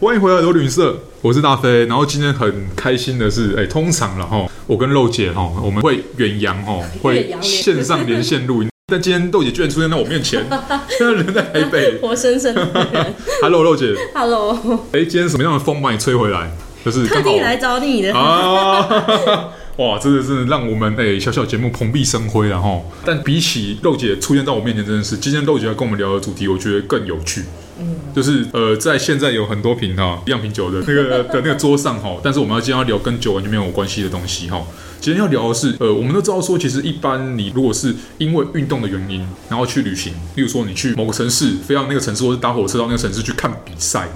欢迎回到有旅社，我是大飞。然后今天很开心的是，哎，通常了哈，我跟肉姐哈，我们会远洋 哦，远会洋连线上连线 录音。但今天豆姐居然出现在我面前，现在人在台北。 活生生的人 Hello，肉姐， ，Hello，哎，今天什么样的风把你吹回来？就是特刚地来好找你的，啊， 哇，真的是让我们哎小小节目蓬荜生辉了哈。但比起肉姐出现在我面前这件事，今天肉姐要跟我们聊的主题，我觉得更有趣。就是呃，在现在有很多瓶哈样品酒的那个的那个桌上哈，但是我们要今天要聊跟酒完全没有关系的东西哈。今天要聊的是，呃，我们都知道说，其实一般你如果是因为运动的原因，然后去旅行，例如说你去某个城市，飞到那个城市，或是搭火车到那个城市去看比赛，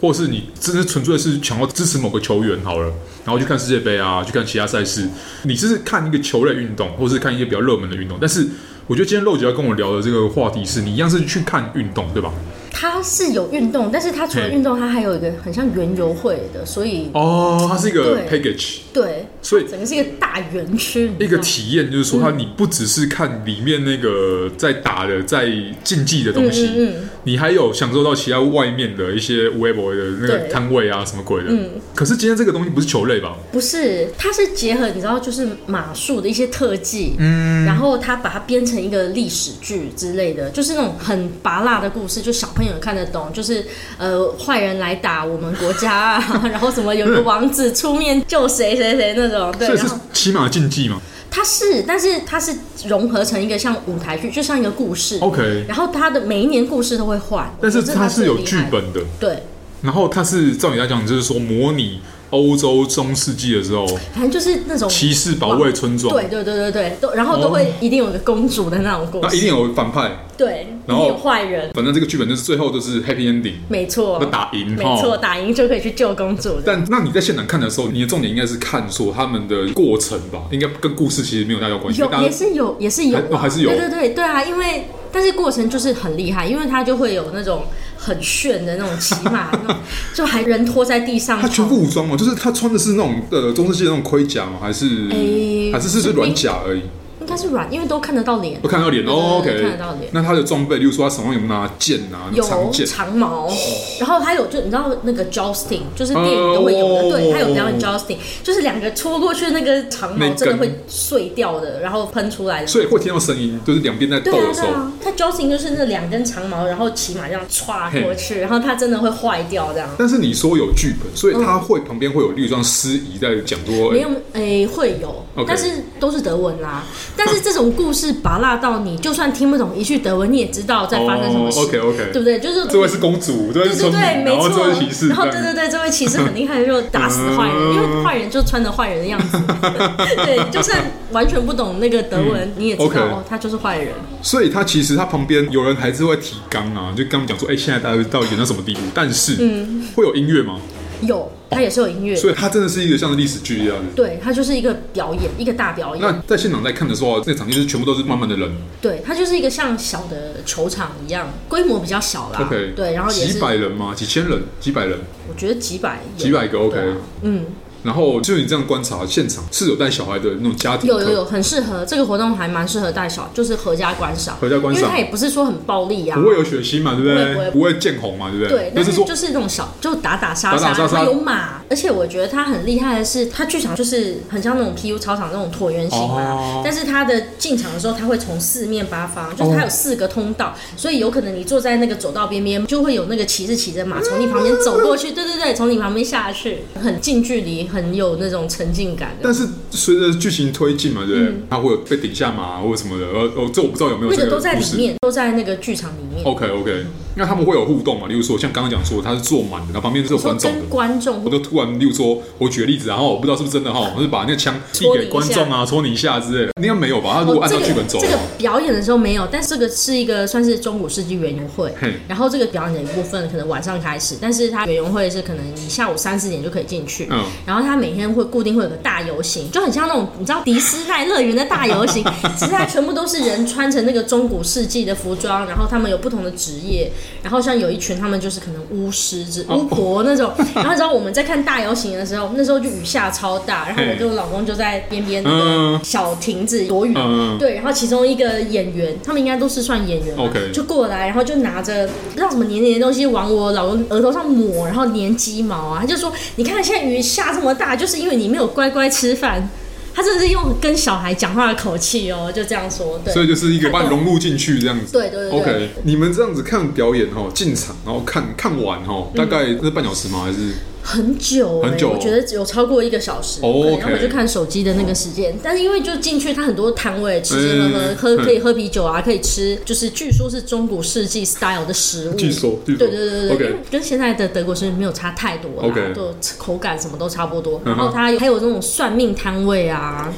或是你真是纯粹是想要支持某个球员好了，然后去看世界杯啊，去看其他赛事，你是看一个球类运动，或是看一些比较热门的运动。但是我觉得今天肉姐要跟我聊的这个话题是，你一样是去看运动，对吧？他是有运动，但是他除了嘿运动，他还有一个很像园游会的，所以嗯哦，它是一个对 package，对，所以整个是一个大园区，你一知个道吗体验就是说，它你不只是看里面那个在打的、在竞技的东西，嗯嗯嗯你还有享受到其他外面的一些 web 的那个对嗯摊位啊，什么鬼的。可是今天这个东西不是球类吧？不是，它是结合你知道，就是马术的一些特技，嗯然后他把它编成一个历史剧之类的，就是那种很拔辣的故事，就小朋友看得懂，就是呃坏人来打我们国家啊， 然后什么有一个王子出面救谁谁谁那种，对，所以然是后起码竞技嘛。它是，但是它是融合成一个像舞台剧，就像一个故事。 OK，然后它的每一年故事都会换，但是我觉得它是有很厉剧害。本的，对，然后它是照你来讲，就是说模拟欧洲中世纪的时候，反正就是那种骑士保卫村庄，对对对对对，都然后都会一定有个公主的那种故那事，一定有反派。对，一然定后有坏人，反正这个剧本就是最后都是 happy ending，没错那，打赢，没哈错，打赢就可以去救公主的。但那你在现场看的时候，你的重点应该是看说他们的过程吧，应该跟故事其实没有太大关系。有大也家是有也是有还哦啊，还是有对对对对啊，因为但是过程就是很厉害，因为它就会有那种很炫的那种骑 马，那种就还人拖在地上跑，他全副武装嘛，就是他穿的是那种呃中世纪的那种盔甲吗？还是、诶还是是是软甲而已？应该是软，因为都看得到脸我，看到脸哦对，OK，对对看得到脸那他的装备，例如说他手上有没有拿剑啊，有长剑，长毛，哦然后还有就你知道那个 Justin，就是电影都会有哦的，对，还有表演 Justin，就是两个戳过去那个长那毛根真的会碎掉的，然后喷出来的。所以会听到声音，就是两边在斗对啊的时对候。啊，他 Justin 就是那两根长毛，然后骑马这样歘过去，然后它真的会坏掉这样。但是你说有剧本，所以他会旁边会有，例如说司仪在讲说，嗯没诶有，诶、会有 OK 但是都是德文啦。但是这种故事拔辣到你，就算听不懂一句德文，你也知道在发生什么事，哦，OK，OK 对不对？就是这位是公主，这位是对对村民，对，然没后这错位骑。士，然后这对样嗯对对，这位骑士很厉害，就打死坏人，因为坏人就穿着坏人的样 子。对，就算完全不懂那个德文，你也知嗯，OK 道哦，他就是坏人。所以他其实他旁边有人还是会提纲啊，就跟他们讲说，哎、现在大家到底演到什么地步？但是，嗯会有音乐吗？有，他也是有音乐，所以他真的是一个像是历史剧一样的。对他就是一个表演，一个大表演。那在现场在看的时候啊，那个场地就是全部都是慢慢的人对，它就是一个像小的球场一样，规模比较小啦。 ，OK，对，然后也几是，百人吗？几千人？几百人？我觉得几百有，几百个？OK，、对啊嗯，然后就你这样观察现场是有带小孩的那种家庭有课，有有，很适合这个活动，还蛮适合带小，就是合家观赏，合家观赏因为它也不是说很暴力啊不。会有血腥嘛，对不对？不会不会见红嘛，对不对，就但是是说就是那种小，就打打杀打打杀，杀杀然后有马，而且我觉得它很厉害的是，它剧场就是很像那种 PU 操场那种椭圆形嘛，哦但是它的进场的时候，它会从四面八方，就是它有四个通道，所以有可能你坐在那个走道边边，就会有那个骑士骑着马 从你旁边走过去，对对对，从你旁边下去，很近距离，很有那种沉浸感的。但是随着剧情推进嘛，对不对？他会有被顶下马啊或者什么的，呃，哦，这我不知道有没有嗯那这个都在故里事。哦面，都在那个剧场里面， OK OK，那他们会有互动嘛？例如说，像刚刚讲说他是坐满的，然后旁边是有说观众的跟。观众我就突然，例如说，我举个例子啊，然后我不知道是不是真的哈，我就把那个枪递给观众啊，戳你一下之类的，应该没有吧？他如果按照剧本走哦这的个。话这个，表演的时候没有，但这个是一个算是中古世纪园游会嘿，然后这个表演的一部分可能晚上开始，但是它园游会是可能你下午三四点就可以进去。嗯然后它每天会固定会有个大游行，就很像那种你知道迪斯奈乐园的大 游行，只是它全部都是人穿成那个中古世纪的服装，然后他们有不同的职业，然后像有一群他们就是可能巫师之哦巫婆那 种，然后你知道我们在看大游行的时候，那时候就雨下超大，然后我跟我老公就在边边那个嗯小亭子躲雨，嗯，对，然后其中一个演员，他们应该都是算演员吧 OK 就过来，然后就拿着不知道什么黏黏的东西往我老公额头上抹，然后粘鸡毛啊，他就说：“你看现在雨下这么大，就是因为你没有乖乖吃饭。”他真的是用跟小孩讲话的口气哦，就这样说，对所以就是一个把你融入进去这样子。对对对 OK，你们这样子看表演哦，进场然后看看完哦，嗯大概是半小时吗？还是很久、欸，很久我觉得有超过一个小时。哦对 OK 然后我就看手机的那个时间，但是因为就进去，它很多摊位，吃吃喝嗯喝，喝嗯可以喝啤酒啊，可以吃，就是据说是中古世纪 style 的食物。据说据说对对对对 OK 因为跟现在的德国生没有差太多啦 OK 就口感什么都差不多。嗯然哼后它还有那种算命摊位 啊，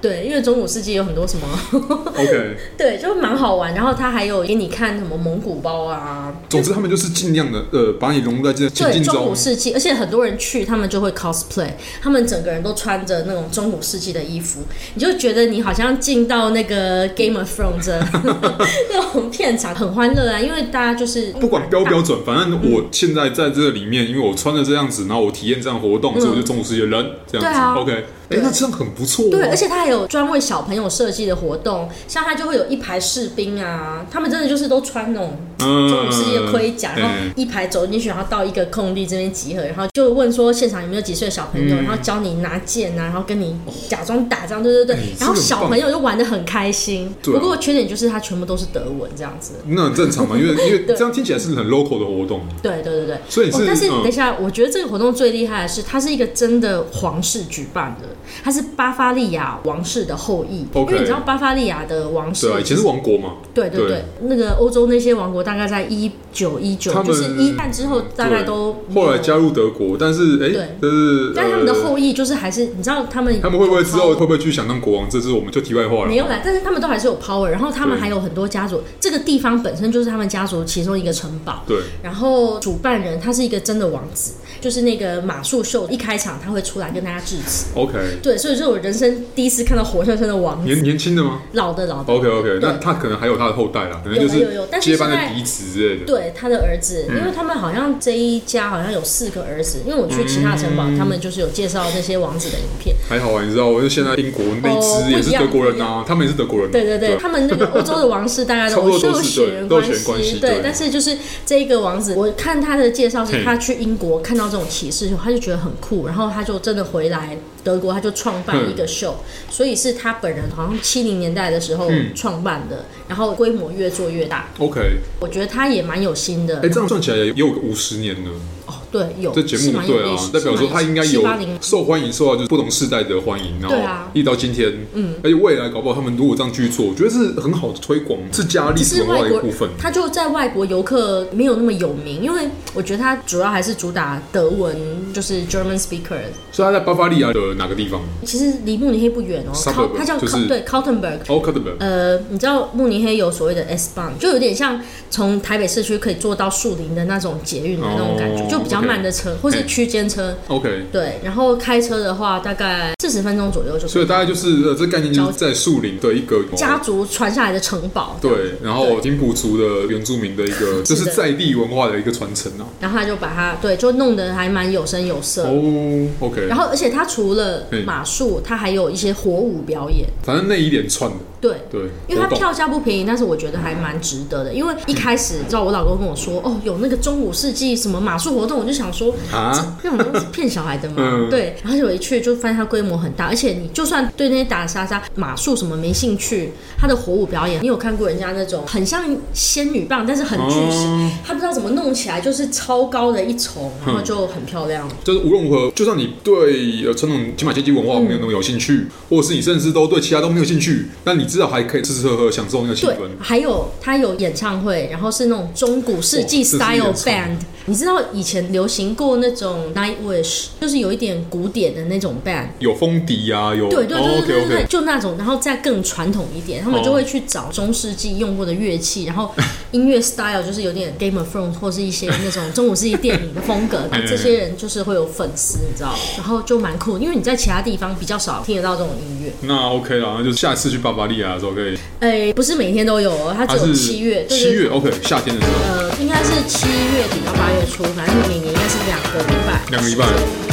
对，因为中古世纪有很多什么 OK？对，就蛮好玩。然后它还有给你看什么蒙古包啊，总之他们就是尽量的呃，把你融入在这情 对境中古中。世纪，而且很多人去，他们就会 cosplay，他们整个人都穿着那种中古世纪的衣服，你就觉得你好像进到那个 Game of Thrones 的 那种片场，很欢乐啊，因为大家就是不管标不标啊准，反正我现在在这里面，因为我穿的这样子，然后我体验这样活动，所以我就中午世界人这样对啊子。OK，哎对，那这样很不错哦。对，而且它还有专为小朋友设计的活动，像它就会有一排士兵啊，他们真的就是都穿那种嗯中古世纪的盔甲，然后嗯一排走进去，然后到一个空地这边集合，然后就问说现场有没有几岁的小朋友，嗯然后教你拿剑啊，然后跟你假装打仗，对对对，哎这个然后很小棒朋友就玩的很开心。对啊不过缺点就是它全部都是德文这样子。那很正常嘛，因 为因为这样听起来是很 local 的活动。对对对对，所以你哦是但是嗯等一下，我觉得这个活动最厉害的是，它是一个真的皇室举办的，它是巴伐利亚王室的后裔。 OK 因为你知道巴伐利亚的王室，对啊，以前是王国嘛。对对对，对那个欧洲那些王国大概在一九一九，他们就是一战之后大概都没有后来加，入德国，但是哎对，但是但他们的呃后裔就是还是你知道他们他们会不会之后会不会去想当国王？这是我们就题外话了。没有啦，但是他们都还是有 power，然后他们对还有很多家族，这个地方本身就是他们家族其中一个城堡。对，然后主办人他是一个真的王子，就是那个马术秀一开场他会出来跟大家致辞， OK，对，所以这是我人生第一次看到活生生的王子，年年轻的吗老的老的， ？OK OK，对那他可能还有他的后代啦，可能有就有有但是接班现在的嫡子之类的。对他的儿子，因为他们好像这一家好像有四个儿子，因为我去其他城堡，他们就是有介绍那些王子的影片。还好啊，你知道，我就现在英国那哦支也不一是样德国人呐，他们也是德国人。啊对对对，他们 那个欧洲的王室大概差不多都都有是血对缘都有关血缘关系对对。但是就是这一个王子，我看他的介绍是嘿他去英国看到这种歧视，他就觉得很酷，然后他就真的回来德国，他就创办一个秀，嗯所以是他本人好像七零年代的时候创办的，然后规模越做越大， OK，我觉得他也蛮有心的哎，。这样算起来也也有五十年了。哦，对，有这节是目蛮有对历啊史，代表说他应该有七八零受欢迎，受到就是不同世代的欢迎，然后对啊一直到今天，嗯，而且未来搞不好他们如果这样继续做，我觉得是很好的推广，是加历史是文化外的一国部分。他就在外国游客没有那么有名，因为我觉得他主要还是主打德文，就是 German speaker。所以他在巴伐利亚的哪个地方？其实离慕尼黑不远哦，靠 Suburb，它叫就是靠对 c o u t e n b e r g 哦，克德本，呃，你知道慕尼黑有所谓的 S Bahn，就有点像从台北市区可以坐到树林的那种捷运的那种感觉，哦就比较 OK 慢的车或是嘿区间车。 OK，对，然后开车的话大概四十分钟左右就可所以大概就是呃，这概念就是在树林的一个家族传下来的城堡。对，然后平埔族的原住民的一个，是这的是在地文化的一个传承啊。然后他就把它对，就弄得还蛮有声有色。哦，OK，然后，而且他除了嗯马术，他还有一些火舞表演。反正那一连串的，对，对，因为他活动票价不便宜，但是我觉得还蛮值得的。因为一开始，你知道我老公跟我说，哦，有那个中古世纪什么马术活动，我就想说，啊，那种东西骗小孩的嘛。嗯对，然后我一去就发现它规模很大，而且你就算对那些打打杀杀、马术什么没兴趣，他的火舞表演，你有看过人家那种很像仙女棒，但是很巨型哦，他、不知道怎么弄起来，就是超高的一重，然后就很漂亮。就是无论如何，就算你对呃传统骑马阶级文化没有那么有兴趣，嗯或者是你甚至都对其他都没有兴趣，那你至少还可以吃吃喝喝，享受那个气对氛，。还有他有演唱会，然后是那种中古世纪哇这是演 style 唱 band。你知道以前流行过那种 Nightwish，就是有一点古典的那种 band。有风笛啊，有对对对对对对 o k 对 OK，就那种，然后再更传统一点，他们哦就会去找中世纪用过的乐器，然后音乐 style 就是有点 Game of Thrones 或是一些那种中古世纪电影的风 格，嗯这些人就是会有粉丝，你知道，然后就蛮酷，因为你在其他地方比较少听得到这种音乐，那 OK 啦，那就下次去巴伐利亚的时候可以，哎，不是每天都有哦，它它只有是七月，对七对对月 OK，夏天的时候。呃，应该是七月底到八月初，反正每年应该是两个礼拜。两个礼拜。